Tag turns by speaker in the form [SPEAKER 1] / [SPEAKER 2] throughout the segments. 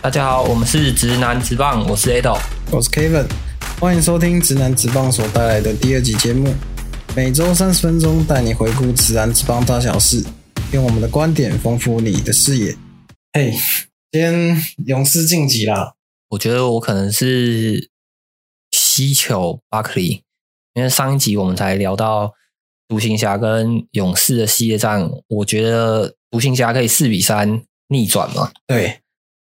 [SPEAKER 1] 大家好，我们是直男直棒，我是 Ado。
[SPEAKER 2] 我是 Kevin，欢迎收听直男直棒所带来的第二集节目，每周三十分钟带你回顾直男直棒大小事，用我们的观点丰富你的视野。嘿、今天勇士晋级啦！
[SPEAKER 1] 我觉得我可能是西球巴克利，因为上一集我们才聊到独行侠跟勇士的系列战，我觉得独行侠可以四比三逆转嘛，
[SPEAKER 2] 对，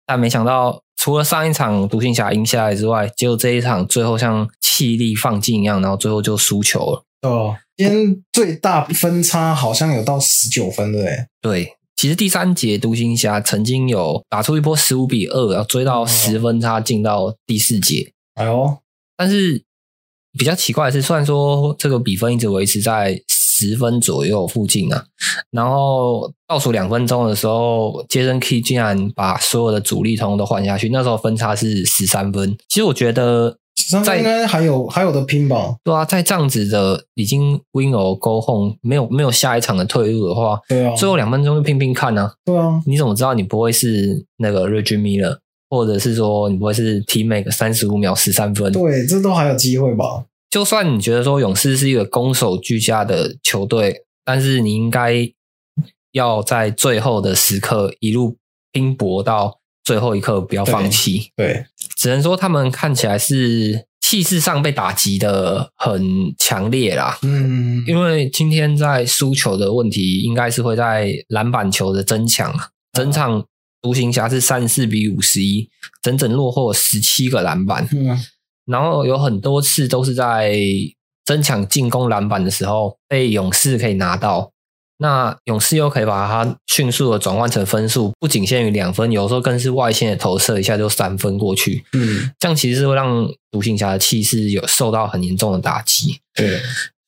[SPEAKER 1] 但没想到除了上一场独行侠赢下来之外，结果这一场最后像气力放尽一样，然后最后就输球了。
[SPEAKER 2] 哦，今天最大分差好像有到十九分了诶，
[SPEAKER 1] 对，其实第三节独行侠曾经有打出一波十五比二，然后追到十分差进到第四节，
[SPEAKER 2] 哎呦，
[SPEAKER 1] 但是比较奇怪的是，虽然说这个比分一直维持在十分左右附近啊，然后倒数两分钟的时候，杰森 Key 竟然把所有的主力通通都换下去，那时候分差是十三分。其实我觉得
[SPEAKER 2] 上次应该还有还有的拼吧？
[SPEAKER 1] 对啊，在这样子的已经 win or go home，没有没有下一场的退路的话，
[SPEAKER 2] 对啊，
[SPEAKER 1] 最后两分钟就拼拼看啊！
[SPEAKER 2] 对啊，
[SPEAKER 1] 你怎么知道你不会是那个 Reggie Miller，或者是说你不会是 T Mac 三十五秒十三分？
[SPEAKER 2] 对，这都还有机会吧？
[SPEAKER 1] 就算你觉得说勇士是一个攻守俱佳的球队，但是你应该要在最后的时刻一路拼搏到最后一刻，不要放弃。
[SPEAKER 2] 对，
[SPEAKER 1] 只能说他们看起来是气势上被打击的很强烈啦。
[SPEAKER 2] 嗯，
[SPEAKER 1] 因为今天在输球的问题，应该是会在篮板球的争抢
[SPEAKER 2] 嗯
[SPEAKER 1] 啊，整场独行侠是三十四比五十一，整整落后十七个篮板。
[SPEAKER 2] 嗯，
[SPEAKER 1] 然后有很多次都是在争抢进攻篮板的时候被勇士可以拿到，那勇士又可以把它迅速的转换成分数，不仅限于两分，有时候更是外线的投射一下就三分过去，
[SPEAKER 2] 嗯，
[SPEAKER 1] 这样其实是会让独行侠的气势有受到很严重的打击。
[SPEAKER 2] 对，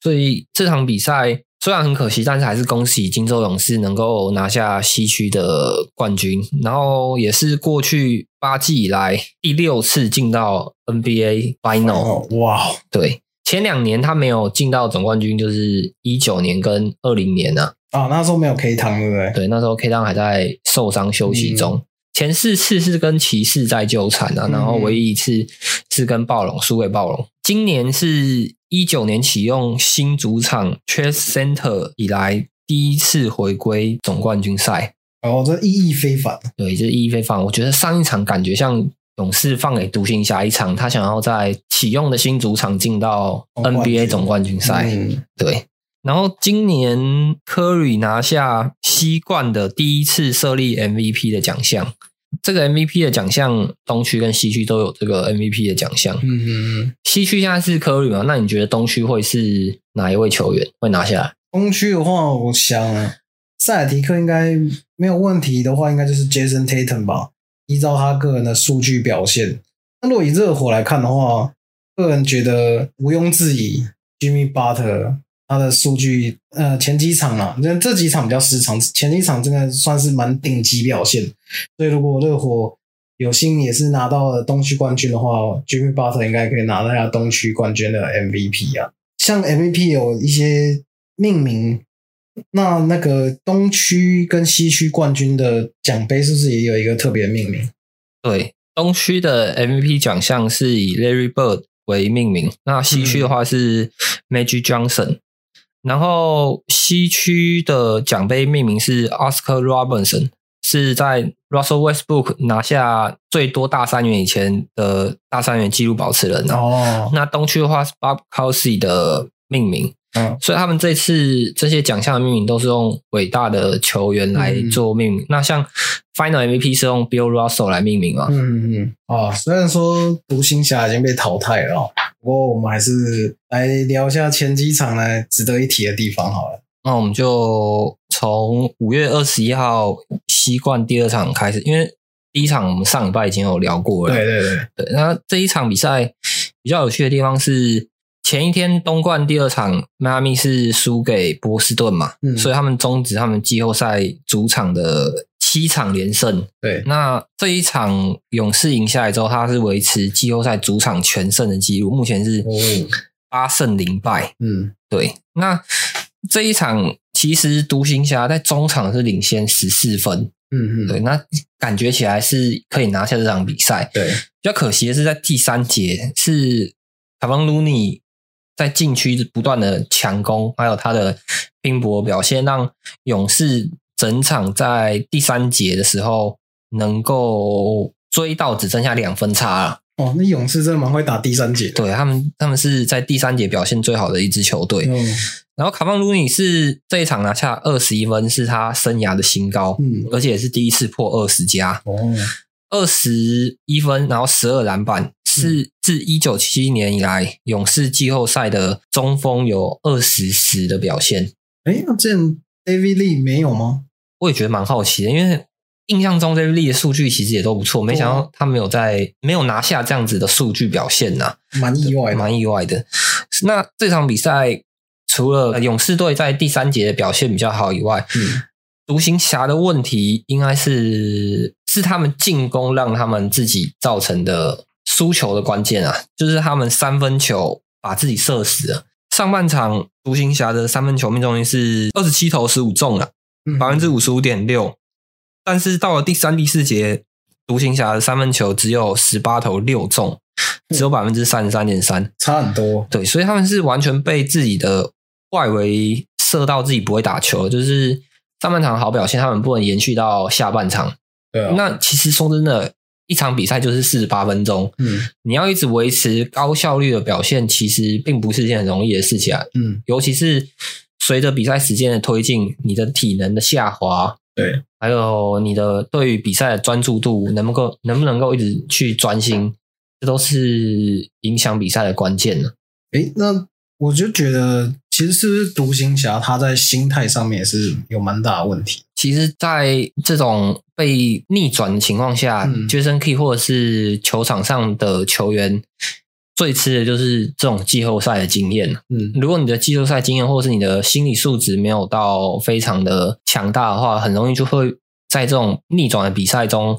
[SPEAKER 1] 所以这场比赛虽然很可惜，但是还是恭喜金州勇士能够拿下西区的冠军，然后也是过去八季以来第六次进到 NBA Final。
[SPEAKER 2] 哦，哇，
[SPEAKER 1] 对，前两年他没有进到总冠军，就是一九年跟二零年啊。
[SPEAKER 2] 啊，那时候没有 K 堂，对不对？
[SPEAKER 1] 对，那时候 K 当还在受伤休息中。前四次是跟骑士在纠缠啊，
[SPEAKER 2] 嗯
[SPEAKER 1] 然后唯一一次是跟暴龙输给暴龙。今年是一九年启用新主场 Chase Center 以来第一次回归总冠军赛，
[SPEAKER 2] 哦，这意义非凡。
[SPEAKER 1] 对，这一非放，我觉得上一场感觉像勇士放给独行侠一场，他想要在启用的新主场进到
[SPEAKER 2] 总冠
[SPEAKER 1] NBA
[SPEAKER 2] 军
[SPEAKER 1] 总冠军赛。
[SPEAKER 2] 嗯，
[SPEAKER 1] 对，然后今年科里拿下西冠的第一次设立 MVP 的奖项。这个 MVP 的奖项，东区跟西区都有这个 MVP 的奖项。
[SPEAKER 2] 嗯嗯嗯，
[SPEAKER 1] 西区现在是科里嘛？那你觉得东区会是哪一位球员会拿下来？
[SPEAKER 2] 东区的话，我想塞尔提克应该没有问题的话，应该就是 Jason Tatum 吧。依照他个人的数据表现，那如果以热火来看的话，个人觉得毋庸置疑，Jimmy Butler 他的数据，呃，前几场啊，那这几场比较失常，前几场真的算是蛮顶级表现。所以如果热火有幸也是拿到了东区冠军的话，Jimmy Butler 应该可以拿到他东区冠军的 MVP 啊。像 MVP 有一些命名，那那个东区跟西区冠军的奖杯是不是也有一个特别的命名？
[SPEAKER 1] 对，东区的 MVP 奖项是以 Larry Bird 为命名，那西区的话是 Magic Johnson，、然后西区的奖杯命名是 Oscar Robertson，是在 Russell Westbrook 拿下最多大三元以前的大三元纪录保持人、哦。
[SPEAKER 2] 哦，
[SPEAKER 1] 那东区的话是 Bob Cousy 的命名，
[SPEAKER 2] 嗯，
[SPEAKER 1] 所以他们这次这些奖项的命名都是用伟大的球员来
[SPEAKER 2] 嗯
[SPEAKER 1] 做命名。那像 Final MVP 是用 Bill Russell 来命名嘛？
[SPEAKER 2] 嗯嗯嗯啊，虽然说独行侠已经被淘汰了、哦，不过我们还是来聊一下前几场来值得一提的地方好了。
[SPEAKER 1] 那我们就从五月二十一号西冠第二场开始，因为第一场我们上礼拜已经有聊过了。
[SPEAKER 2] 对啊对对，
[SPEAKER 1] 对那这一场比赛比较有趣的地方是，前一天东冠第二场，迈阿密是输给波士顿嘛，
[SPEAKER 2] 嗯
[SPEAKER 1] 所以他们终止他们季后赛主场的七场连胜。
[SPEAKER 2] 对，
[SPEAKER 1] 那这一场勇士赢下来之后，他是维持季后赛主场全胜的记录，目前是
[SPEAKER 2] 哦
[SPEAKER 1] 八胜零败。
[SPEAKER 2] 嗯
[SPEAKER 1] 对，那这一场其实独行侠在中场是领先十四分，
[SPEAKER 2] 嗯
[SPEAKER 1] 对，那感觉起来是可以拿下这场比赛。
[SPEAKER 2] 对，
[SPEAKER 1] 比较可惜的是，在第三节是卡邦鲁尼在禁区不断的强攻，还有他的拼搏表现，让勇士整场在第三节的时候能够追到只剩下两分差了。
[SPEAKER 2] 哦，那勇士真的蛮会打第三节的，
[SPEAKER 1] 对他们，他们是在第三节表现最好的一支球队。
[SPEAKER 2] 嗯
[SPEAKER 1] 然后卡邦鲁尼是这一场拿下二十一分，是他生涯的新高，
[SPEAKER 2] 嗯
[SPEAKER 1] 而且也是第一次破二十加。
[SPEAKER 2] 哦，
[SPEAKER 1] 二十一分，然后十二篮板，是自一九七七年以来勇士季后赛的中锋有二十十的表现。
[SPEAKER 2] 哎，那之前 David Lee 没有吗？
[SPEAKER 1] 我也觉得蛮好奇的，因为印象中 David Lee 的数据其实也都不错，没想到他没有在没有拿下这样子的数据表现呐、
[SPEAKER 2] 蛮意外的，
[SPEAKER 1] 蛮意外的。那这场比赛除了勇士队在第三节的表现比较好以外，
[SPEAKER 2] 嗯
[SPEAKER 1] 独行侠的问题应该是是他们进攻让他们自己造成的输球的关键啊，就是他们三分球把自己射死了。上半场独行侠的三分球命中率是二十七投十五中啊，
[SPEAKER 2] 嗯
[SPEAKER 1] 百分之五十五点六，但是到了第三、第四节，独行侠的三分球只有十八投六中，只有百分之三十三点三。
[SPEAKER 2] 差很多，
[SPEAKER 1] 对，所以他们是完全被自己的外围射到自己不会打球，就是上半场好表现，他们不能延续到下半场。
[SPEAKER 2] 对啊，
[SPEAKER 1] 那其实说真的，一场比赛就是四十八分钟，
[SPEAKER 2] 嗯
[SPEAKER 1] 你要一直维持高效率的表现，其实并不是一件很容易的事情啊。
[SPEAKER 2] 嗯，
[SPEAKER 1] 尤其是随着比赛时间的推进，你的体能的下滑，
[SPEAKER 2] 对，
[SPEAKER 1] 还有你的对于比赛的专注度能不能够能不能够一直去专心，这都是影响比赛的关键啊呢。
[SPEAKER 2] 哎，那我就觉得其实是不是独行侠他在心态上面也是有蛮大的问题，
[SPEAKER 1] 其实，在这种被逆转的情况下
[SPEAKER 2] 嗯
[SPEAKER 1] ，Jason Key 或者是球场上的球员最吃的就是这种季后赛的经验。啊
[SPEAKER 2] 嗯
[SPEAKER 1] 如果你的季后赛经验或是你的心理素质没有到非常的强大的话，很容易就会在这种逆转的比赛中，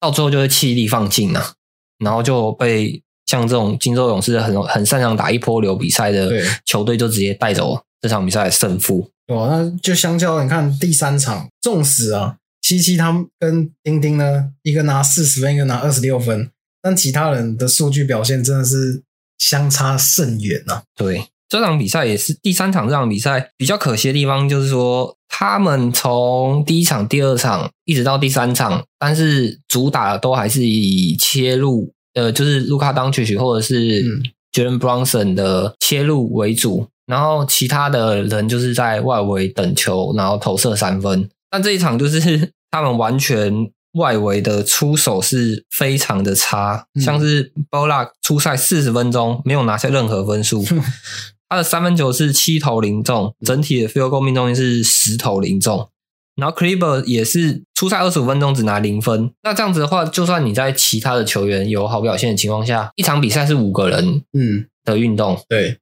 [SPEAKER 1] 到最后就会气力放尽啊，然后就被像这种金州勇士很很擅长打一波流比赛的
[SPEAKER 2] 对
[SPEAKER 1] 球队就直接带走这场比赛的胜负。
[SPEAKER 2] 对啊，那就相较你看第三场，纵使啊，西西他们跟丁丁呢，一个拿四十分，一个拿二十六分，但其他人的数据表现真的是相差甚远呐、啊。
[SPEAKER 1] 对，这场比赛也是第三场，这场比赛比较可惜的地方就是说，他们从第一场、第二场一直到第三场，但是主打都还是以切入，呃，就是卢卡当曲曲或者是
[SPEAKER 2] 嗯
[SPEAKER 1] Jalen Brunson 的切入为主，然后其他的人就是在外围等球，然后投射三分。但这一场就是 他们完全外围的出手是非常的差，
[SPEAKER 2] 嗯
[SPEAKER 1] 像是 Bola 出赛四十分钟没有拿下任何分数
[SPEAKER 2] 哼，
[SPEAKER 1] 他的三分球是七投零中，整体的 field goal 命中率是十投零中。然后 Cleaver 也是出赛二十五分钟只拿零分，那这样子的话，就算你在其他的球员有好表现的情况下，一场比赛是五个人
[SPEAKER 2] 嗯，
[SPEAKER 1] 的运动，
[SPEAKER 2] 对，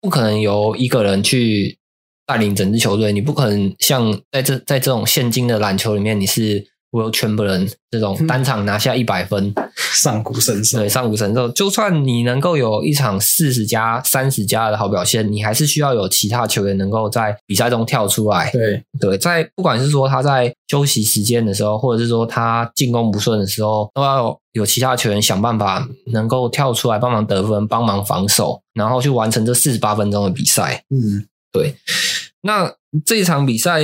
[SPEAKER 1] 不可能由一个人去带领整支球队，你不可能像在这在这种现今的篮球里面，你是 Will Chamberlain 这种
[SPEAKER 2] 嗯
[SPEAKER 1] 单场拿下一百分，
[SPEAKER 2] 上古神兽
[SPEAKER 1] 对，上古神兽，就算你能够有一场四十加、三十加的好表现，你还是需要有其他球员能够在比赛中跳出来。
[SPEAKER 2] 对，
[SPEAKER 1] 对，在不管是说他在休息时间的时候，或者是说他进攻不顺的时候，都要有有其他球员想办法能够跳出来帮忙得分、帮忙防守，然后去完成这四十八分钟的比赛。
[SPEAKER 2] 嗯，
[SPEAKER 1] 那这一场比赛，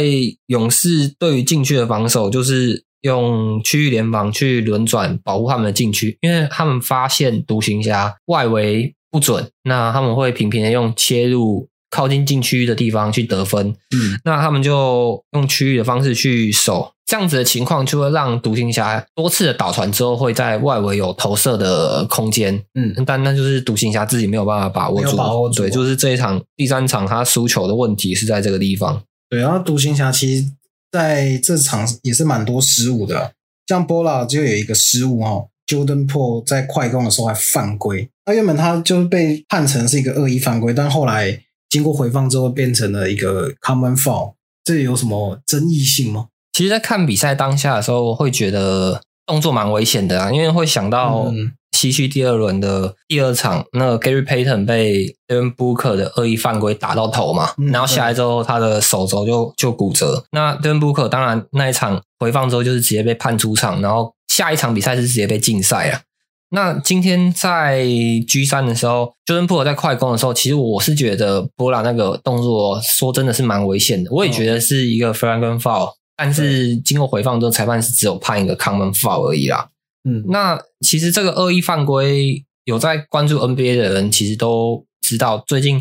[SPEAKER 1] 勇士对于禁区的防守就是用区域联防去轮转保护他们的禁区，因为他们发现独行侠外围不准，那他们会频频的用切入靠近禁区的地方去得分，
[SPEAKER 2] 嗯，
[SPEAKER 1] 那他们就用区域的方式去守，这样子的情况就会让独行侠多次的倒传之后会在外围有投射的空间，
[SPEAKER 2] 嗯，
[SPEAKER 1] 但那就是独行侠自己没有办法把握
[SPEAKER 2] 没
[SPEAKER 1] 住，
[SPEAKER 2] 有把握住啊
[SPEAKER 1] 对，就是这一场第三场他输球的问题是在这个地方，
[SPEAKER 2] 对。然后独行侠其实在这场也是蛮多失误的啊、像波拉就有一个失误哦，Jordan p o 在快攻的时候还犯规，那原本他就是被判成是一个恶意犯规，但后来经过回放之后变成了一个 common foul，这有什么争议性吗？
[SPEAKER 1] 其实，在看比赛当下的时候，会觉得动作蛮危险的啊，因为会想到
[SPEAKER 2] 嗯
[SPEAKER 1] 西区第二轮的第二场，那个 Gary Payton 被 Devin Booker 的恶意犯规打到头嘛，
[SPEAKER 2] 嗯
[SPEAKER 1] 然后下来之后他的手肘就就骨折。那 Devin Booker 当然那一场回放之后就是直接被判出场，然后下一场比赛是直接被禁赛啊。那今天在 G 三的时候，就跟布尔在快攻的时候，其实我是觉得波兰那个动作，说真的是蛮危险的。我也
[SPEAKER 2] 嗯
[SPEAKER 1] 觉得是一个 flag 跟 foul，但是经过回放之后，裁判是只有判一个 common foul 而已啦。
[SPEAKER 2] 嗯，
[SPEAKER 1] 那其实这个恶意犯规，有在关注 NBA 的人其实都知道，最近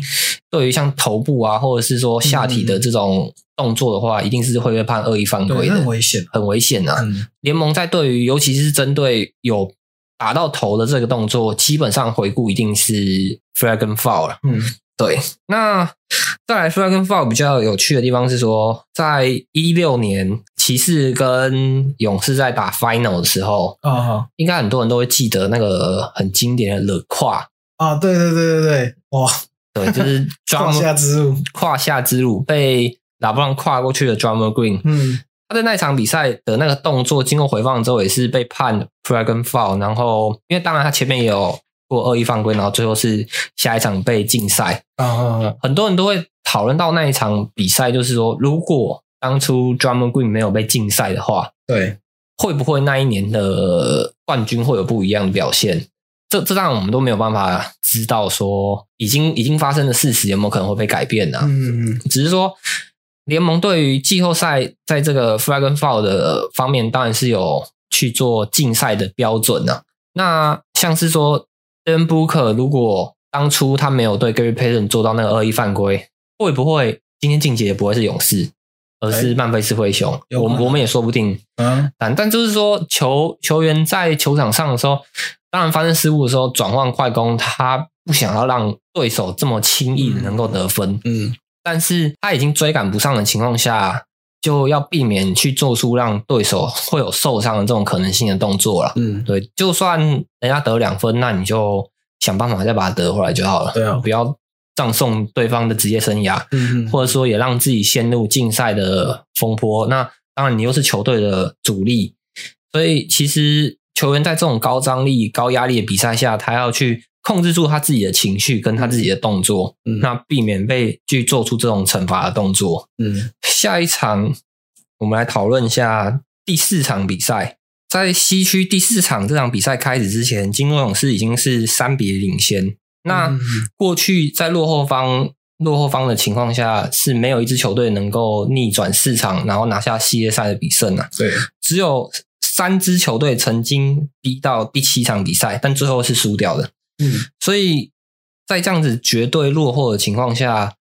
[SPEAKER 1] 对于像头部啊，或者是说下体的这种动作的话，一定是会被判恶意犯规
[SPEAKER 2] 嗯对，
[SPEAKER 1] 的，
[SPEAKER 2] 那很危险。
[SPEAKER 1] 很危险啊。
[SPEAKER 2] 嗯，
[SPEAKER 1] 联盟在对于尤其是针对有打到头的这个动作，基本上回顾一定是 flag and foul 了。
[SPEAKER 2] 嗯，
[SPEAKER 1] 对。那再来 flag and foul 比较有趣的地方是说，在一六年骑士跟勇士在打 final 的时候，
[SPEAKER 2] 啊啊
[SPEAKER 1] 应该很多人都会记得那个很经典的勒胯，
[SPEAKER 2] 啊！对对对对对，哇，
[SPEAKER 1] 对，就是
[SPEAKER 2] 胯
[SPEAKER 1] drummer
[SPEAKER 2] 下之辱。
[SPEAKER 1] 胯下之辱被拉布朗跨过去的 drummer green，
[SPEAKER 2] 嗯，
[SPEAKER 1] 他在那一场比赛的那个动作，经过回放之后也是被判 flag and foul，然后因为当然他前面也有过恶意犯规，然后最后是下一场被禁赛。
[SPEAKER 2] 啊啊啊！
[SPEAKER 1] 很多人都会讨论到那一场比赛，就是说如果当初 Drummond Green 没有被禁赛的话，
[SPEAKER 2] 对，
[SPEAKER 1] 会不会那一年的冠军会有不一样的表现？这这当然我们都没有办法知道说已经已经发生的事实有没有可能会被改变呢、啊
[SPEAKER 2] 嗯嗯
[SPEAKER 1] 只是说联盟对于季后赛在这个 flag and foul 的方面，当然是有去做竞赛的标准呢、那像是说 d e n Booker 如果当初他没有对 Gary Payton 做到那个恶意犯规，会不会今天晋级也不会是勇士，而是曼菲斯灰熊？
[SPEAKER 2] 哎有
[SPEAKER 1] 我
[SPEAKER 2] 可能
[SPEAKER 1] 我们也说不定。
[SPEAKER 2] 嗯啊，
[SPEAKER 1] 但但就是说，球球员在球场上的时候，当然发生失误的时候，转换快攻，他不想要让对手这么轻易的能够得分。
[SPEAKER 2] 嗯
[SPEAKER 1] 但是他已经追赶不上的情况下，就要避免去做出让对手会有受伤的这种可能性的动作了。
[SPEAKER 2] 嗯，
[SPEAKER 1] 对，就算人家得两分，那你就想办法再把它得回来就好了。
[SPEAKER 2] 对啊
[SPEAKER 1] 不要葬送对方的职业生涯，
[SPEAKER 2] 嗯嗯，
[SPEAKER 1] 或者说也让自己陷入竞赛的风波。那当然，你又是球队的主力，所以其实球员在这种高张力、高压力的比赛下，他要去控制住他自己的情绪跟他自己的动作，
[SPEAKER 2] 嗯
[SPEAKER 1] 那避免被去做出这种惩罚的动作。
[SPEAKER 2] 嗯
[SPEAKER 1] 下一场，我们来讨论一下第四场比赛。在西区第四场这场比赛开始之前，金州勇士已经是三比领先。那、
[SPEAKER 2] 嗯嗯
[SPEAKER 1] 过去在落后方落后方的情况下，是没有一支球队能够逆转市场，然后拿下系列赛的比胜啊。
[SPEAKER 2] 对，
[SPEAKER 1] 只有三支球队曾经逼到第七场比赛，但最后是输掉的。
[SPEAKER 2] 嗯
[SPEAKER 1] 所以在这样子绝对落后的情况下，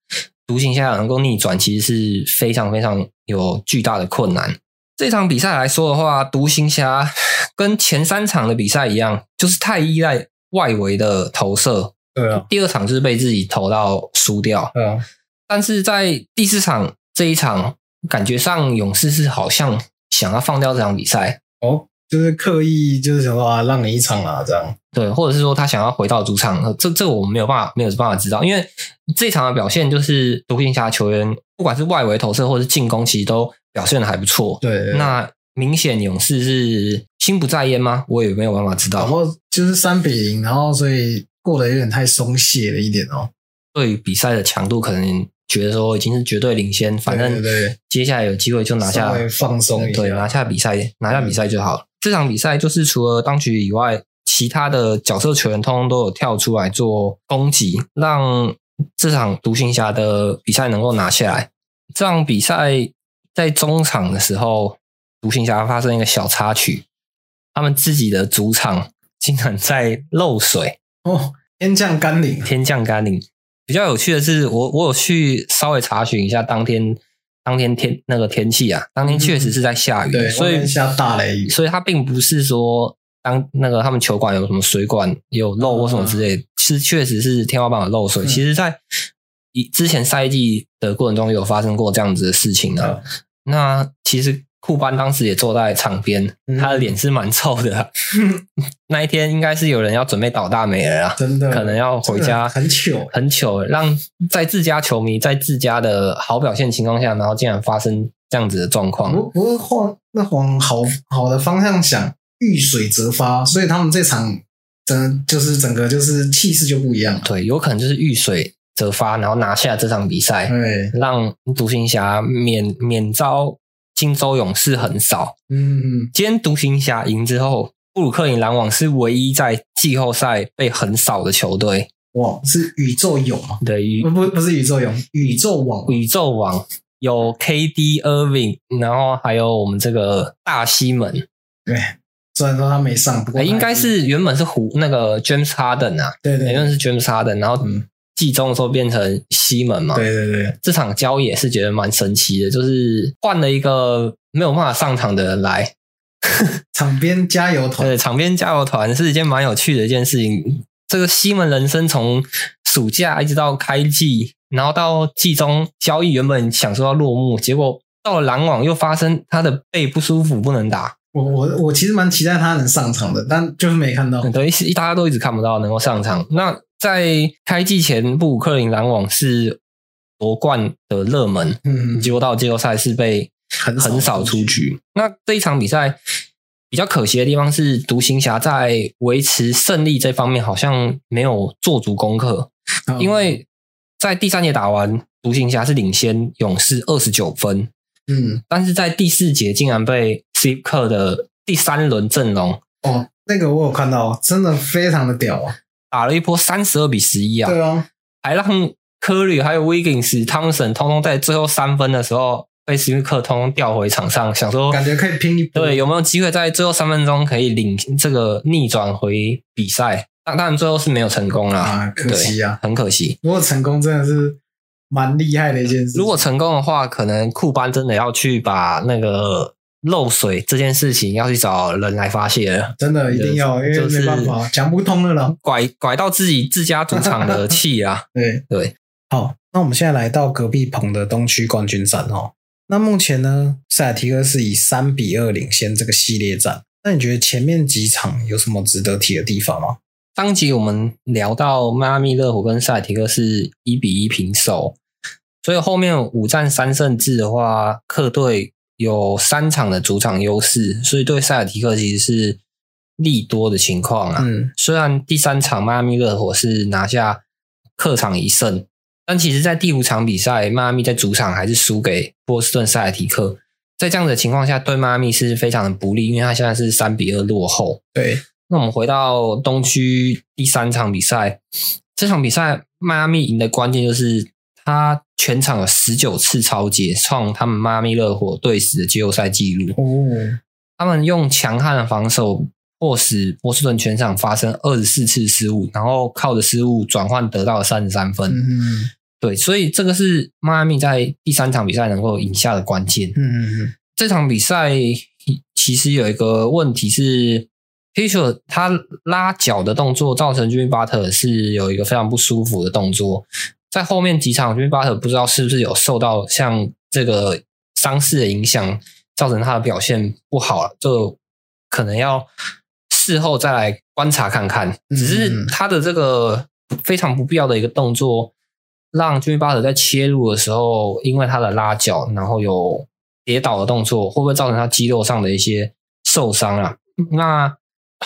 [SPEAKER 1] 独行侠能够逆转，其实是非常非常有巨大的困难。这场比赛来说的话，独行侠 跟前三场的比赛一样，就是太依赖外围的投射，
[SPEAKER 2] 对啊，
[SPEAKER 1] 第二场就是被自己投到输掉，
[SPEAKER 2] 对啊，
[SPEAKER 1] 但是在第四场这一场，感觉上勇士是好像想要放掉这场比赛，
[SPEAKER 2] 哦，就是刻意就是想说啊，让你一场啊，这样。
[SPEAKER 1] 对，或者是说他想要回到主场，呃这这我没有办法没有办法知道，因为这场的表现就是独行侠球员不管是外围投射或是进攻，其实都表现的还不错。
[SPEAKER 2] 对，
[SPEAKER 1] 那明显勇士是心不在焉吗？我也没有办法知
[SPEAKER 2] 然
[SPEAKER 1] 道。
[SPEAKER 2] 后就是三比零，然后所以过得有点太松懈了一点哦。
[SPEAKER 1] 对于比赛的强度，可能觉得说已经是绝对领先，反
[SPEAKER 2] 对
[SPEAKER 1] 正
[SPEAKER 2] 对对
[SPEAKER 1] 接下来有机会就拿下
[SPEAKER 2] 稍微放松一下
[SPEAKER 1] 对，啊拿下比赛，拿下比赛就好了。这场比赛就是除了当局以外，其他的角色球员通通都有跳出来做攻击，让这场独行侠的比赛能够拿下来。这场比赛在中场的时候，独行侠发生一个小插曲，他们自己的主场竟然在漏水，
[SPEAKER 2] 哦，天降甘霖，
[SPEAKER 1] 天降甘霖。比较有趣的是，我我有去稍微查询一下当天当天天那个天气啊，当天确实是在下雨，
[SPEAKER 2] 对，
[SPEAKER 1] 所以
[SPEAKER 2] 外面下大雷雨，
[SPEAKER 1] 所以它并不是说当那个他们球馆有什么水管有漏或什么之类的，是确实是天花板有漏水。
[SPEAKER 2] 嗯
[SPEAKER 1] 其实，在以之前赛季的过程中有发生过这样子的事情的、
[SPEAKER 2] 嗯
[SPEAKER 1] 那其实库班当时也坐在场边，
[SPEAKER 2] 嗯
[SPEAKER 1] 他的脸是蛮臭的啊、 那一天应该是有人要准备倒大霉了啊，
[SPEAKER 2] 真嗯的
[SPEAKER 1] 可能要回家
[SPEAKER 2] 这个很糗，
[SPEAKER 1] 很糗，让在自家球迷在自家的好表现情况下，然后竟然发生这样子的状况。
[SPEAKER 2] 不不过往那往好好的方向想，遇水则发，所以他们这场整就是整个就是气势就不一样了。
[SPEAKER 1] 对，有可能就是遇水则发，然后拿下这场比赛，
[SPEAKER 2] 对，
[SPEAKER 1] 让独行侠免免遭金州勇士横扫。
[SPEAKER 2] 嗯，
[SPEAKER 1] 今天独行侠赢之后，布鲁克林篮网是唯一在季后赛被横扫的球队。
[SPEAKER 2] 哇，是宇宙勇啊，
[SPEAKER 1] 对，宇嗯
[SPEAKER 2] 不不不是宇宙勇，宇宙网
[SPEAKER 1] 宇宙网有 KD Irving，然后还有我们这个大西门，
[SPEAKER 2] 对，虽然说他没上，不过
[SPEAKER 1] 哎，
[SPEAKER 2] 他
[SPEAKER 1] 应该是原本是湖那个 James Harden 啊，
[SPEAKER 2] 对对
[SPEAKER 1] 原
[SPEAKER 2] 对
[SPEAKER 1] 本是 James Harden，然后
[SPEAKER 2] 嗯
[SPEAKER 1] 季中的时候变成西门嘛。
[SPEAKER 2] 对对，
[SPEAKER 1] 这场交易也是觉得蛮神奇的，就是换了一个没有办法上场的人来，
[SPEAKER 2] 场边加油团，
[SPEAKER 1] 对，场边加油团是一件蛮有趣的一件事情。这个西门人生从暑假一直到开季，然后到季中交易，原本想说要落幕，结果到了篮网又发生他的背不舒服不能打，
[SPEAKER 2] 我我我其实蛮期待他能上场的，但就是没看到。
[SPEAKER 1] 很多大家都一直看不到能够上场。那在开季前，布鲁克林篮网是夺冠的热门，
[SPEAKER 2] 嗯，
[SPEAKER 1] 结果到季后赛是被
[SPEAKER 2] 很
[SPEAKER 1] 很少出局。那这一场比赛比较可惜的地方是，独行侠在维持胜利这方面好像没有做足功课，
[SPEAKER 2] 嗯
[SPEAKER 1] 因为在第三节打完，独行侠是领先勇士二十九分，
[SPEAKER 2] 嗯
[SPEAKER 1] 但是在第四节竟然被 Steve Kerr 的第三轮阵容
[SPEAKER 2] 哦，那个我有看到，真的非常的屌啊！
[SPEAKER 1] 打了一波三十二比十一啊，
[SPEAKER 2] 对啊，
[SPEAKER 1] 还让科里还有 Wiggins、汤神通通在最后三分的时候被 Steve Kerr 通通调回场上，想说
[SPEAKER 2] 感觉可以拼一波
[SPEAKER 1] 哦对，有没有机会在最后三分钟可以领这个逆转回比赛？当当然最后是没有成功啦，
[SPEAKER 2] 啊，可惜啊！
[SPEAKER 1] 很可惜。
[SPEAKER 2] 如果成功，真的是蛮厉害的一件事。
[SPEAKER 1] 如果成功的话，可能库班真的要去把那个漏水这件事情要去找人来发泄了，
[SPEAKER 2] 真的一定要，因为
[SPEAKER 1] 就是
[SPEAKER 2] 没办法，讲不通了啦。。
[SPEAKER 1] 拐拐到自己自家主场的气啊
[SPEAKER 2] 对
[SPEAKER 1] 对，
[SPEAKER 2] 好，那我们现在来到隔壁棚的东区冠军战哦。那目前呢，塞尔提克是以三比二领先这个系列战。那你觉得前面几场有什么值得提的地方吗？
[SPEAKER 1] 上集我们聊到迈阿密热火跟塞尔提克是一比一平手，所以后面五战三胜制的话，客队有三场的主场优势，所以对塞尔提克其实是利多的情况啊。
[SPEAKER 2] 嗯，
[SPEAKER 1] 虽然第三场迈阿密热火是拿下客场一胜，但其实在第五场比赛，迈阿密在主场还是输给波士顿塞尔提克。在这样的情况下，对迈阿密是非常的不利，因为他现在是三比二落后。
[SPEAKER 2] 对，
[SPEAKER 1] 那我们回到东区第三场比赛，这场比赛迈阿密赢的关键就是他全场有十九次超节，创他们迈阿密热火队史的季后赛纪录。
[SPEAKER 2] 哦，
[SPEAKER 1] 他们用强悍的防守，迫使波士顿全场发生二十四次失误，然后靠着失误转换得到三十三分。
[SPEAKER 2] 嗯
[SPEAKER 1] 对，所以这个是迈阿密在第三场比赛能够赢下的关键。
[SPEAKER 2] 嗯嗯
[SPEAKER 1] 这场比赛其实有一个问题是 p i t c h e 他拉脚的动作造成 Jimmy Butler 是有一个非常不舒服的动作，在后面几场 Jimmy Butler 不知道是不是有受到像这个伤势的影响，造成他的表现不好，就可能要事后再来观察看看。
[SPEAKER 2] 嗯
[SPEAKER 1] 只是他的这个非常不必要的一个动作，让 Jimmy Butler 在切入的时候，因为他的拉脚，然后有跌倒的动作，会不会造成他肌肉上的一些受伤啊？那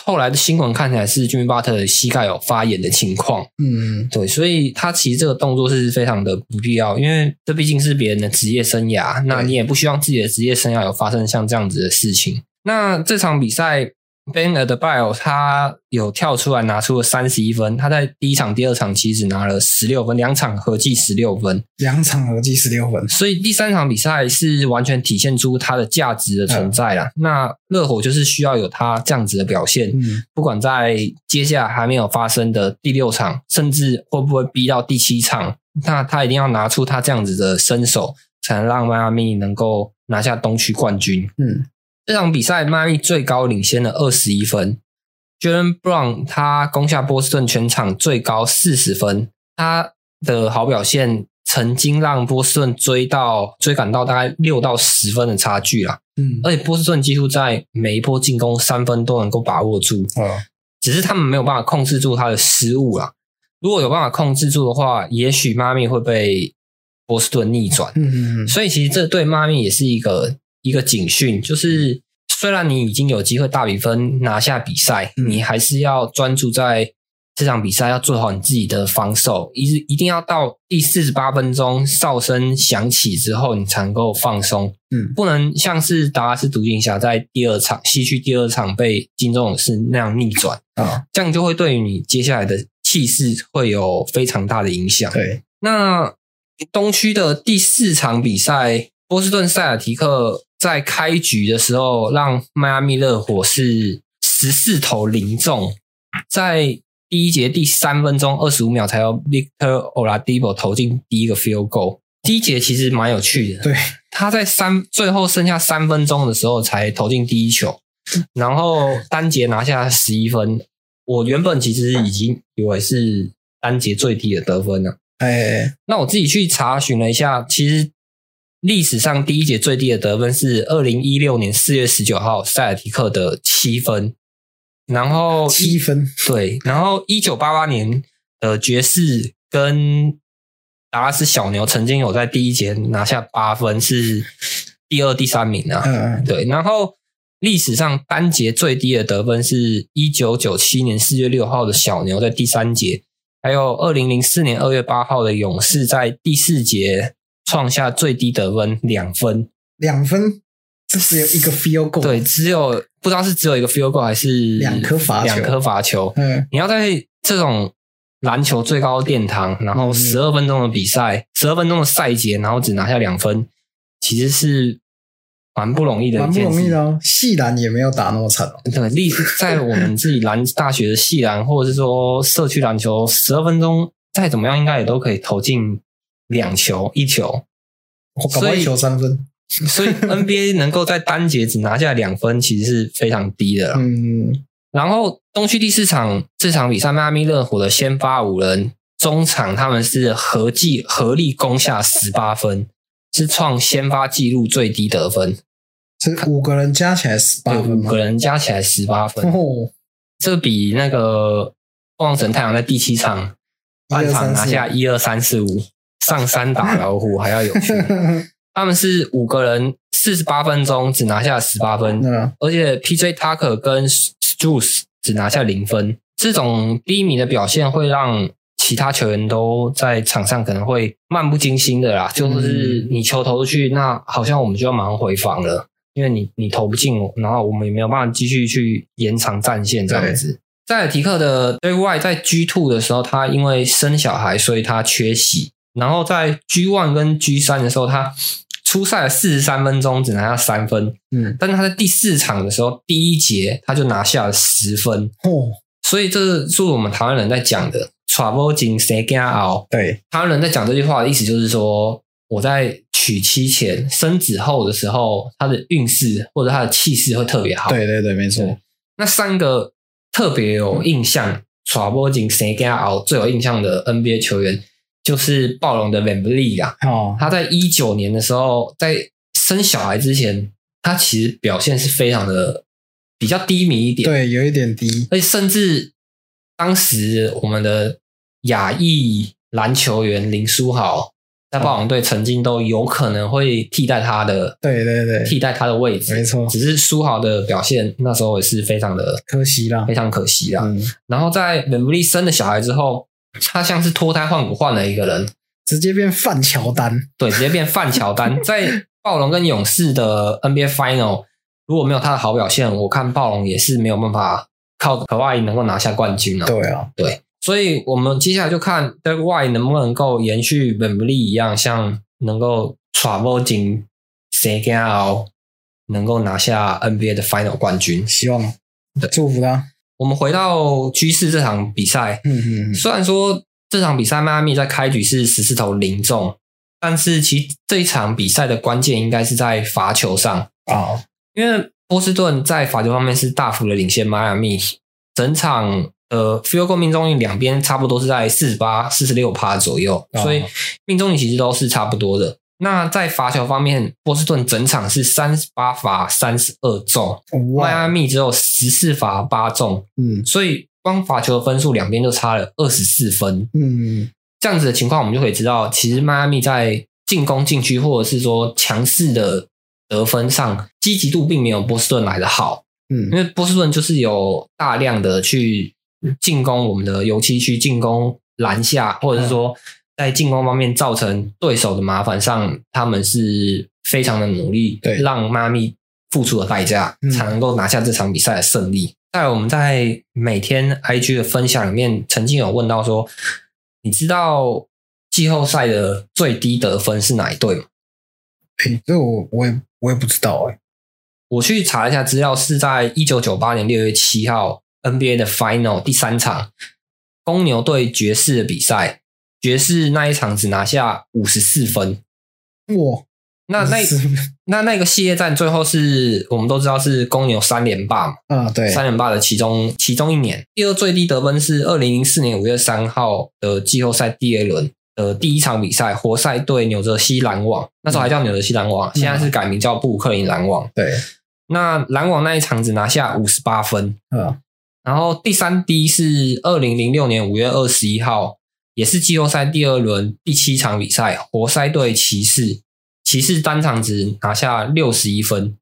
[SPEAKER 1] 后来的新闻看起来是 Jimmy Butler 膝盖有发炎的情况，
[SPEAKER 2] 嗯
[SPEAKER 1] 对，所以他其实这个动作是非常的不必要，因为这毕竟是别人的职业生涯，那你也不希望自己的职业生涯有发生像这样子的事情。那这场比赛，Ben a d b i l 他有跳出来拿出了三十一分，他在第一场、第二场其实拿了十六分，两场合计十六分，
[SPEAKER 2] 两场合计十六分。
[SPEAKER 1] 所以第三场比赛是完全体现出它的价值的存在啦。那热火就是需要有他这样子的表现，
[SPEAKER 2] 嗯，
[SPEAKER 1] 不管在接下来还没有发生的第六场，甚至会不会逼到第七场，那他一定要拿出他这样子的身手，才能让迈阿密能够拿下东区冠军。
[SPEAKER 2] 嗯，
[SPEAKER 1] 这场比赛迈阿密最高领先了二十一分 j a l e n Brown 他攻下波士顿全场最高四十分，他的好表现曾经让波士顿追到追赶到大概六到十分的差距啦。
[SPEAKER 2] 嗯，
[SPEAKER 1] 而且波士顿几乎在每一波进攻三分都能够把握住，
[SPEAKER 2] 哦，
[SPEAKER 1] 只是他们没有办法控制住他的失误啦。如果有办法控制住的话，也许迈阿密会被波士顿逆转。
[SPEAKER 2] 嗯嗯嗯，
[SPEAKER 1] 所以其实这对妈咪也是一个一个警讯，就是虽然你已经有机会大比分拿下比赛，
[SPEAKER 2] 嗯
[SPEAKER 1] 你还是要专注在这场比赛，要做好你自己的防守，一一定要到第四十八分钟哨声响起之后，你才能够放松。
[SPEAKER 2] 嗯
[SPEAKER 1] 不能像是达拉斯独行侠在第二场西区第二场被金州勇士那样逆转，
[SPEAKER 2] 啊，
[SPEAKER 1] 这样就会对于你接下来的气势会有非常大的影响。
[SPEAKER 2] 对，
[SPEAKER 1] 那东区的第四场比赛，波士顿塞尔提克在开局的时候让迈阿密热火是十四投零中，在第一节第三分钟二十五秒才由 Victor Oladipo 投进第一个 field goal。第一节其实蛮有趣的，
[SPEAKER 2] 对，
[SPEAKER 1] 他在三最后剩下三分钟的时候才投进第一球，然后单节拿下十一分。我原本其实已经以为是单节最低的得分了，
[SPEAKER 2] 哎，
[SPEAKER 1] 那我自己去查询了一下，其实历史上第一节最低的得分是二零一六年四月十九号塞尔提克的七分，然后
[SPEAKER 2] 七分，
[SPEAKER 1] 对，然后一九八八年的爵士跟达拉斯小牛曾经有在第一节拿下八分，是第二、第三名啊。
[SPEAKER 2] 嗯，
[SPEAKER 1] 对，然后历史上单节最低的得分是一九九七年四月六号的小牛在第三节，还有二零零四年二月八号的勇士在第四节创下最低得分两分。
[SPEAKER 2] 两分，这只有一个 feel goal，
[SPEAKER 1] 对，，只有不知道是只有一个 field goal 还是
[SPEAKER 2] 两颗罚球
[SPEAKER 1] 两颗罚球。
[SPEAKER 2] 嗯，
[SPEAKER 1] 你要在这种篮球最高殿堂，然后
[SPEAKER 2] 嗯
[SPEAKER 1] 十二分钟的比赛，十二分钟的赛节，然后只拿下两分，其实是蛮不容易的
[SPEAKER 2] 蛮
[SPEAKER 1] 一
[SPEAKER 2] 不
[SPEAKER 1] 件
[SPEAKER 2] 容易
[SPEAKER 1] 事
[SPEAKER 2] 的。哦。细篮也没有打那么惨哦，
[SPEAKER 1] 对，例在我们自己篮大学的系篮，或者是说社区篮球，十二分钟再怎么样，应该也都可以投进两球、一球。
[SPEAKER 2] 我搞不好
[SPEAKER 1] 所以
[SPEAKER 2] 一球三分，
[SPEAKER 1] 所以 NBA 能够在单节只拿下两分，其实是非常低的啦。
[SPEAKER 2] 嗯，
[SPEAKER 1] 然后东区第四场这场比赛，迈阿密热火的先发五人中场他们是合计合力攻下十八分，是创先发纪录最低得分，
[SPEAKER 2] 这五个人加起来十八
[SPEAKER 1] 对，
[SPEAKER 2] 分
[SPEAKER 1] 五
[SPEAKER 2] 嘛
[SPEAKER 1] 个，人加起来十八分，
[SPEAKER 2] 哦，
[SPEAKER 1] 这比那个旺神太阳在第七场半场拿下一二三四五上山打老虎还要有 趣。
[SPEAKER 2] 哦
[SPEAKER 1] 他们是五个人四十八分钟只拿下十八分，
[SPEAKER 2] 嗯，
[SPEAKER 1] 而且 PJ Tucker 跟 Struce 只拿下零分，这种低迷的表现会让其他球员都在场上可能会漫不经心的啦，就是你球投出去，那好像我们就要马上回防了，因为你你投不进，然后我们也没有办法继续去延长战线这样子。塞尔提克的 J Y 在 G two 的时候，他因为生小孩，所以他缺席。然后在 G one 跟 G 三的时候，他出赛了四十三分钟，只拿下三分。
[SPEAKER 2] 嗯，
[SPEAKER 1] 但是他在第四场的时候，第一节他就拿下了十分，
[SPEAKER 2] 哦，
[SPEAKER 1] 所以这是我们台湾人在讲的 “trouble 金谁跟熬”。
[SPEAKER 2] 对，
[SPEAKER 1] 台湾人在讲这句话的意思就是说，我在娶妻前、生子后的时候，他的运势或者他的气势会特别好。，
[SPEAKER 2] 对对对，没错，
[SPEAKER 1] 那三个特别有印象 “trouble 金谁跟熬”最有印象的 NBA 球员就是暴龙的 Van b l e 啊，
[SPEAKER 2] 哦，
[SPEAKER 1] 他在一九年的时候，在生小孩之前，他其实表现是非常的比较低迷一点，，
[SPEAKER 2] 对，有一点低，
[SPEAKER 1] 而且甚至当时我们的亚裔篮球员林书豪在暴龙队曾经都有可能会替代他的
[SPEAKER 2] 对对对，
[SPEAKER 1] 替代他的位置，
[SPEAKER 2] 没错
[SPEAKER 1] 只是书豪的表现那时候也是非常的
[SPEAKER 2] 可惜啦
[SPEAKER 1] 非，常可惜啦。
[SPEAKER 2] 嗯，
[SPEAKER 1] 然后在本布利生了小孩之后，他像是脱胎换骨换了一个人，
[SPEAKER 2] 直接变范乔丹，
[SPEAKER 1] 对，直接变范乔丹。在暴龙跟勇士的 NBA Final，如果没有他的好表现，我看暴龙也是没有办法靠可外能够拿下冠军了、
[SPEAKER 2] 对啊，
[SPEAKER 1] 所以我们接下来就看 d e r Y 能不能够延续本布利一样，像能够 travel 进 s e g a 能够拿下 NBA 的 Final 冠军。
[SPEAKER 2] 希望
[SPEAKER 1] 对
[SPEAKER 2] 祝福他，
[SPEAKER 1] 我们回到居士这场比赛，
[SPEAKER 2] 嗯嗯嗯，
[SPEAKER 1] 虽然说这场比赛迈阿密在开局是十四投零中，但是其这一场比赛的关键应该是在罚球上，
[SPEAKER 2] 啊，
[SPEAKER 1] 因为波士顿在罚球方面是大幅的领先迈阿密，整场的 field goal 命中率两边差不多是在四十八、四十六趴左右，
[SPEAKER 2] 哦
[SPEAKER 1] 所以命中率其实都是差不多的。那在罚球方面，波士顿整场是三十八罚三十二中，迈
[SPEAKER 2] 哇，
[SPEAKER 1] 阿密只有十四罚八中，
[SPEAKER 2] 嗯
[SPEAKER 1] 所以光罚球的分数两边就差了二十四分。
[SPEAKER 2] 嗯，
[SPEAKER 1] 这样子的情况，我们就可以知道，其实迈阿密在进攻禁区或者是说强势的得分上积极度并没有波士顿来的好，
[SPEAKER 2] 嗯
[SPEAKER 1] 因为波士顿就是有大量的去进攻我们的油漆区，进攻篮下，或
[SPEAKER 2] 嗯
[SPEAKER 1] 者是说在进攻方面造成对手的麻烦上，他们是非常的努力，
[SPEAKER 2] 对
[SPEAKER 1] 让妈咪付出了代价
[SPEAKER 2] 嗯，
[SPEAKER 1] 才能够拿下这场比赛的胜利。在我们在每天 IG 的分享里面，曾经有问到说，你知道季后赛的最低得分是哪一队吗？
[SPEAKER 2] 诶这我我也我也不知道哎、
[SPEAKER 1] 我去查一下资料，是在一九九八年六月七号 NBA 的 Final 第三场公牛对爵士的比赛，爵士那一场只拿下五十四分。
[SPEAKER 2] 哇，
[SPEAKER 1] 那那
[SPEAKER 2] 是
[SPEAKER 1] 那那个系列战最后是我们都知道是公牛三连霸嘛，
[SPEAKER 2] 啊，对，
[SPEAKER 1] 三连霸的其中其中一年，第二最低得分是二零零四年五月三号的季后赛第二轮的第一场比赛，活塞对纽泽西篮网，那时候还叫纽泽西篮网，现在是改名叫布鲁克林篮网。
[SPEAKER 2] 对，
[SPEAKER 1] 那篮网那一场只拿下五十八分，
[SPEAKER 2] 啊，
[SPEAKER 1] 然后第三低是二零零六年五月二十一号，也是季后赛第二轮第七场比赛，活塞对骑士，骑士单场只拿下六十一分。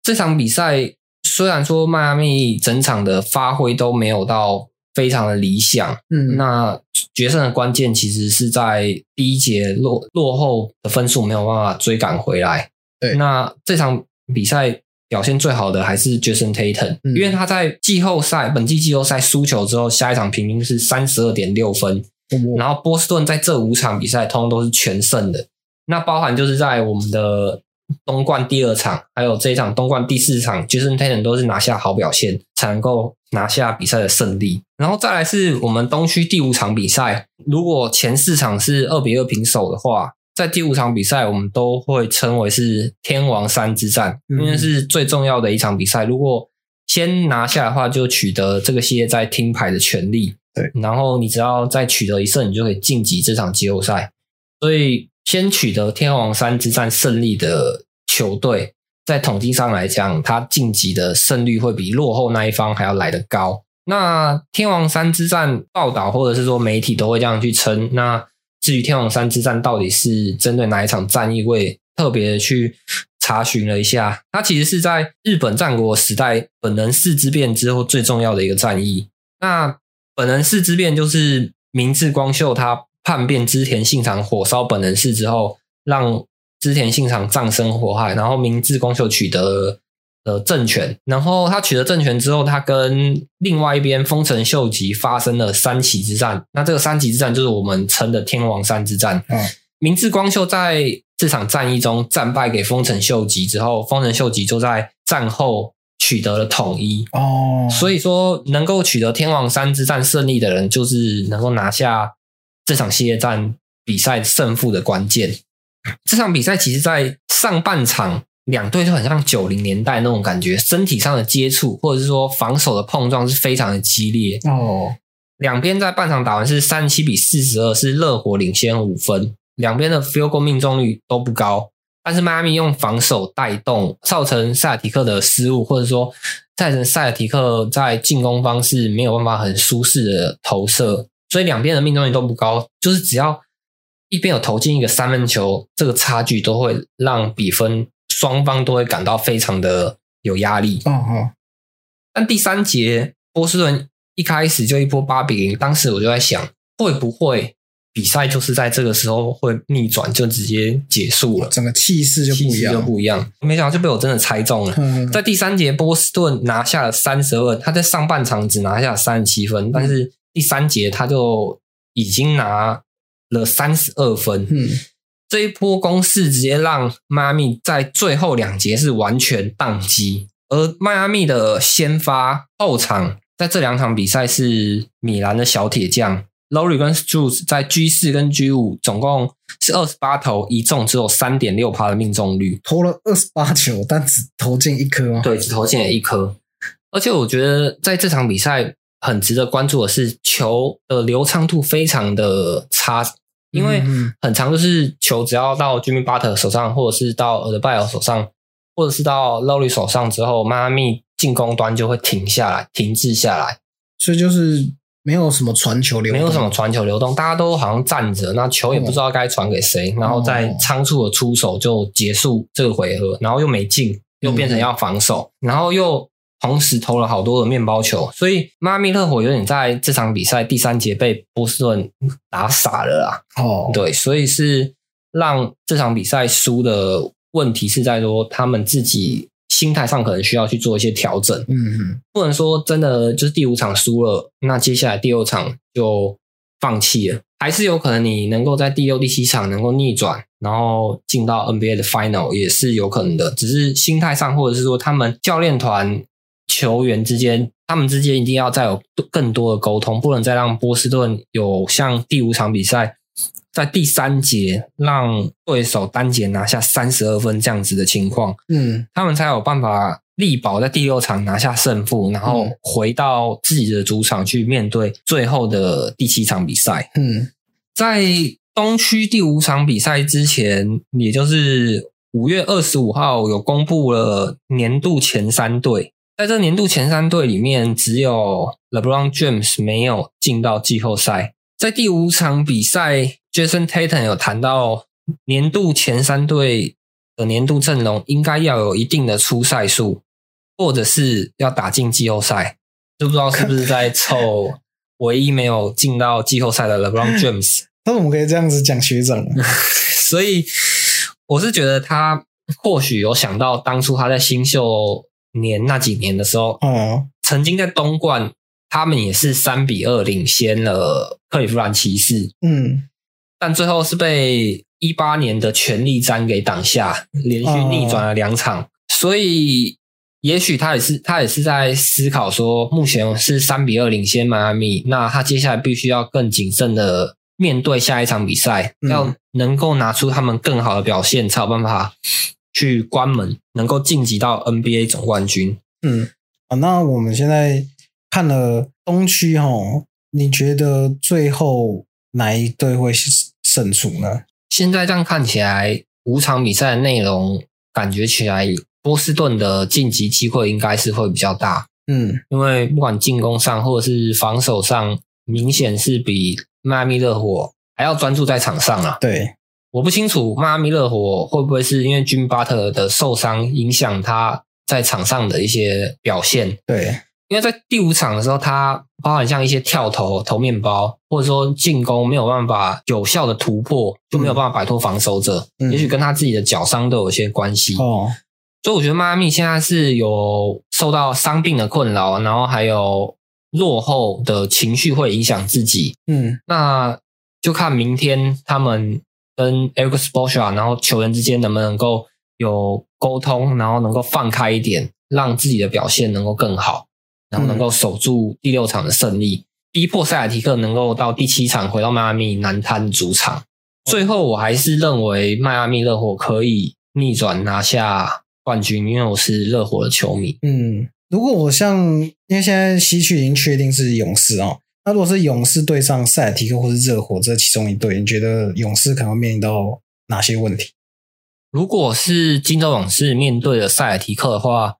[SPEAKER 1] 这场比赛虽然说迈阿密整场的发挥都没有到非常的理想，
[SPEAKER 2] 嗯，
[SPEAKER 1] 那决胜的关键其实是在第一节落落后的分数没有办法追赶回来。
[SPEAKER 2] 对
[SPEAKER 1] 那这场比赛表现最好的还是 Jason Tatum，、
[SPEAKER 2] 嗯
[SPEAKER 1] 因为他在季后赛本季季后赛输球之后，下一场平均是三十二点六分，
[SPEAKER 2] 我
[SPEAKER 1] 然后波士顿在这五场比赛通通都是全胜的，那包含就是在我们的东冠第二场，还有这一场东冠第四场，Jason Tatum 都是拿下好表现，才能够拿下比赛的胜利。然后再来是我们东区第五场比赛，如果前四场是二比二平手的话。在第五场比赛，我们都会称为是天王山之战，
[SPEAKER 2] 嗯
[SPEAKER 1] 因为是最重要的一场比赛。如果先拿下的话，就取得这个系列赛听牌的权利。然后你只要再取得一胜，你就可以晋级这场季后赛。所以，先取得天王山之战胜利的球队，在统计上来讲，它晋级的胜率会比落后那一方还要来得高。那天王山之战报道，或者是说媒体都会这样去称。那至于天王山之战到底是针对哪一场战役，我也特别去查询了一下。它其实是在日本战国时代本能寺之变之后最重要的一个战役。那本能寺之变就是明治光秀他叛变织田信长，火烧本能寺之后，让织田信长葬身火海，然后明治光秀取得呃政权，然后他取得政权之后，他跟另外一边丰臣秀吉发生了三旗之战，那这个三旗之战就是我们称的天王山之战。
[SPEAKER 2] 嗯
[SPEAKER 1] 明治光秀在这场战役中战败给丰臣秀吉之后，丰臣秀吉就在战后取得了统一。
[SPEAKER 2] 哦，
[SPEAKER 1] 所以说，能够取得天王山之战胜利的人，就是能够拿下这场系列战比赛胜负的关键。这场比赛其实，在上半场两队就很像九零年代那种感觉，身体上的接触或者是说防守的碰撞是非常的激烈。
[SPEAKER 2] 哦，
[SPEAKER 1] 两边在半场打完是三十七比四十二，是热火领先五分，两边的 field goal 命中率都不高，但是迈阿密用防守带动，造成塞尔提克的失误，或者说造成塞尔提克在进攻方是没有办法很舒适的投射，所以两边的命中率都不高，就是只要一边有投进一个三分球，这个差距都会让比分双方都会感到非常的有压力。
[SPEAKER 2] 哦哦，
[SPEAKER 1] 但第三节波士顿一开始就一波八比零，当时我就在想，会不会比赛就是在这个时候会逆转，就直接结束了，
[SPEAKER 2] 整个气势就
[SPEAKER 1] 气
[SPEAKER 2] 不一
[SPEAKER 1] 势
[SPEAKER 2] 样
[SPEAKER 1] 就，不一样。没想到就被我真的猜中了。
[SPEAKER 2] 嗯，
[SPEAKER 1] 在第三节，波士顿拿下了三十二，他在上半场只拿下三十七分，但是第三节他就已经拿了三十二分。
[SPEAKER 2] 嗯，
[SPEAKER 1] 这一波攻势直接让迈阿密在最后两节是完全宕机，而迈阿密的先发后场在这两场比赛是米兰的小铁匠 Lowry 跟 Struz 在 G 四跟 G 五总共是二十八投一中，只有三点六趴的命中率，
[SPEAKER 2] 投了二十八球，但只投进一颗吗？
[SPEAKER 1] 对，只投进了一颗。而且我觉得在这场比赛很值得关注的是球的流畅度非常的差，因为
[SPEAKER 2] 嗯
[SPEAKER 1] 很长就是球只要到 Jimmy Butler 手上，或者是到尔德拜尔手上，或者是到 Lowry 手上之后，迈阿密进攻端就会停下来，停滞下来。
[SPEAKER 2] 所以就是没有什么传球流，
[SPEAKER 1] 没有什么，传球流动，大家都好像站着，那球也不知道该传给谁，然后在仓促的出手就结束这个回合，然后又没进，又变成要防守，然后又同时投了好多的面包球，所以妈咪热火有点在这场比赛第三节被波士顿打傻了啦。
[SPEAKER 2] 哦，
[SPEAKER 1] 对，所以是让这场比赛输的问题是在说他们自己心态上可能需要去做一些调整。
[SPEAKER 2] 嗯
[SPEAKER 1] 不能说真的就是第五场输了，那接下来第六场就放弃了，还是有可能你能够在第六、第七场能够逆转，然后进到 NBA 的 Final 也是有可能的。只是心态上，或者是说他们教练团、球员之间，他们之间一定要再有更多的沟通，不能再让波士顿有像第五场比赛。在第三节让对手单节拿下三十二分这样子的情况，
[SPEAKER 2] 哼，嗯
[SPEAKER 1] 他们才有办法力保在第六场拿下胜负，然后回到自己的主场去面对最后的第七场比赛。
[SPEAKER 2] 嗯，
[SPEAKER 1] 在东区第五场比赛之前，也就是五月二十五号，有公布了年度前三队。在这年度前三队里面，只有 LeBron James 没有进到季后赛。在第五场比赛，Jason Tatum 有谈到年度前三队的年度阵容应该要有一定的出赛数，或者是要打进季后赛。就不知道是不是在凑唯一没有进到季后赛的 LeBron James。
[SPEAKER 2] 那我们可以这样子讲学长啊，
[SPEAKER 1] 所以我是觉得他或许有想到当初他在新秀年那几年的时候，
[SPEAKER 2] 哦，
[SPEAKER 1] 曾经在东冠，他们也是三比二领先了克利夫兰骑士，
[SPEAKER 2] 嗯，
[SPEAKER 1] 但最后是被一八年的权力战给挡下，连续逆转了两场，所以。也许他也是，他也是在思考说，目前是三比二领先迈阿密，那他接下来必须要更谨慎的面对下一场比赛，
[SPEAKER 2] 嗯
[SPEAKER 1] 要能够拿出他们更好的表现，才有办法去关门，能够晋级到 NBA 总冠军。
[SPEAKER 2] 嗯，啊，那我们现在看了东区哈，你觉得最后哪一队会胜出呢？
[SPEAKER 1] 现在这样看起来，五场比赛的内容感觉起来，波士顿的晋级机会应该是会比较大，
[SPEAKER 2] 嗯
[SPEAKER 1] 因为不管进攻上或者是防守上，明显是比迈阿密热火还要专注在场上啊。
[SPEAKER 2] 对，
[SPEAKER 1] 我不清楚迈阿密热火会不会是因为君巴特的受伤影响他在场上的一些表现，
[SPEAKER 2] 对，
[SPEAKER 1] 因为在第五场的时候，他包含像一些跳投、投面包，或者说进攻没有办法有效的突破，就没有办法摆脱防守者。
[SPEAKER 2] 嗯
[SPEAKER 1] 也许跟他自己的脚伤都有一些关系。
[SPEAKER 2] 哦，
[SPEAKER 1] 所以我觉得迈阿密现在是有受到伤病的困扰，然后还有落后的情绪会影响自己。
[SPEAKER 2] 嗯
[SPEAKER 1] 那就看明天他们跟 Eric s p o s h a 然后球员之间能不能够有沟通，然后能够放开一点，让自己的表现能够更好，然后能够守住第六场的胜利，逼迫塞尔提克能够到第七场回到迈阿密南滩主场。最后，我还是认为迈阿密热火可以逆转拿下冠军，因为我是热火的球迷。
[SPEAKER 2] 嗯，如果我像，因为现在西区已经确定是勇士哦，那如果是勇士对上塞尔提克或是热火这其中一队，你觉得勇士可能会面临到哪些问题？
[SPEAKER 1] 如果是金州勇士面对的塞尔提克的话，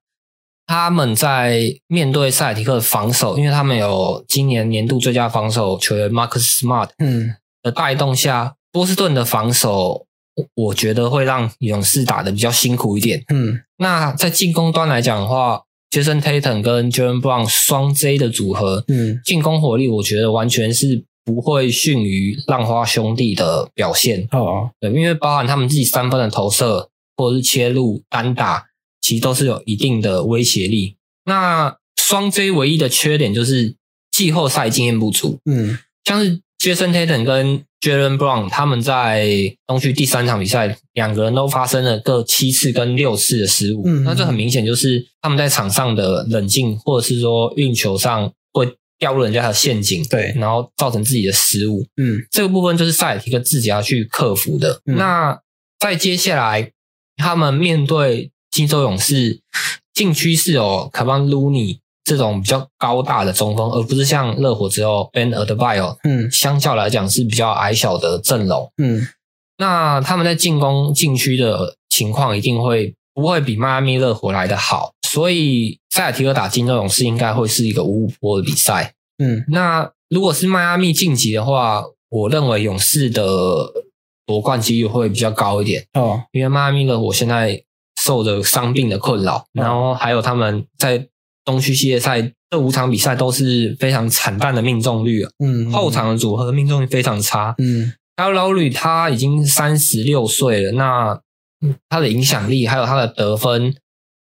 [SPEAKER 1] 他们在面对塞尔提克的防守，因为他们有今年年度最佳防守球员 Marcus Smart
[SPEAKER 2] 嗯
[SPEAKER 1] 的带动下，波士顿的防守，我我觉得会让勇士打得比较辛苦一点。
[SPEAKER 2] 嗯
[SPEAKER 1] 那在进攻端来讲的话，Jason Tatum 跟 Jalen Brown 双 J 的组合，
[SPEAKER 2] 嗯
[SPEAKER 1] 进攻火力我觉得完全是不会逊于浪花兄弟的表现。
[SPEAKER 2] 哦，
[SPEAKER 1] 对，因为包含他们自己三分的投射或者是切入单打，其实都是有一定的威胁力。那双 J 唯一的缺点就是季后赛经验不足，
[SPEAKER 2] 嗯
[SPEAKER 1] 像是 Jason Tatum 跟 Jalen Brown 他们在东区第三场比赛，两个人都发生了各七次跟六次的失误。
[SPEAKER 2] 嗯
[SPEAKER 1] 那这很明显就是他们在场上的冷静，或者是说运球上会掉入人家的陷阱，
[SPEAKER 2] 对
[SPEAKER 1] 然后造成自己的失误。
[SPEAKER 2] 嗯
[SPEAKER 1] 这个部分就是塞尔提克自己要去克服的。
[SPEAKER 2] 嗯
[SPEAKER 1] 那在接下来，他们面对金州勇士禁区是有卡邦鲁尼这种比较高大的中锋，而不是像热火只有 Ben a d b i o
[SPEAKER 2] 嗯
[SPEAKER 1] 相较来讲是比较矮小的阵容。
[SPEAKER 2] 嗯
[SPEAKER 1] 那他们在进攻禁区的情况一定会不会比迈阿密热火来的好？所以塞尔提克打金州勇士应该会是一个五五波的比赛。
[SPEAKER 2] 嗯
[SPEAKER 1] 那如果是迈阿密晋级的话，我认为勇士的夺冠几率会比较高一点，
[SPEAKER 2] 哦，
[SPEAKER 1] 因为迈阿密热火现在受着伤病的困扰，
[SPEAKER 2] 嗯
[SPEAKER 1] 然后还有他们在东区系列赛这五场比赛都是非常惨淡的命中率啊，
[SPEAKER 2] 嗯，
[SPEAKER 1] 后，场的组合命中率非常差。
[SPEAKER 2] 嗯，
[SPEAKER 1] 还有劳吕他已经三十六岁了，那他的影响力还有他的得分，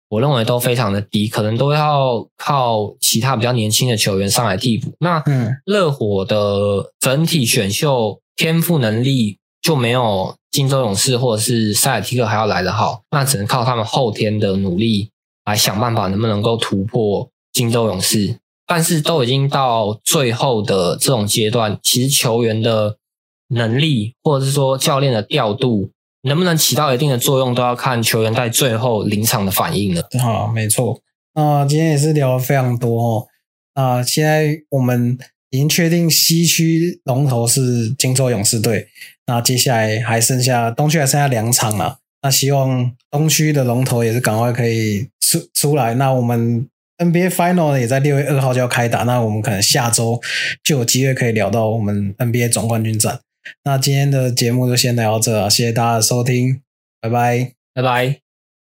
[SPEAKER 1] 我认为都非常的低，可能都要靠其他比较年轻的球员上来替补。那
[SPEAKER 2] 嗯，
[SPEAKER 1] 热火的整体选秀天赋能力就没有金州勇士或者是塞尔提克还要来得好，那只能靠他们后天的努力来想办法能不能够突破金州勇士。但是都已经到最后的这种阶段，其实球员的能力或者是说教练的调度能不能起到一定的作用，都要看球员在最后临场的反应了。
[SPEAKER 2] 好，没错。那、今天也是聊了非常多哦。那、现在我们已经确定西区龙头是金州勇士队，那接下来还剩下东区还剩下两场了。那希望东区的龙头也是赶快可以出出来。那我们 NBA Final 也在六月二号就要开打，那我们可能下周就有机会可以聊到我们 NBA 总冠军啊战。那今天的节目就先聊到这了，谢谢大家的收听，拜拜。
[SPEAKER 1] 拜拜。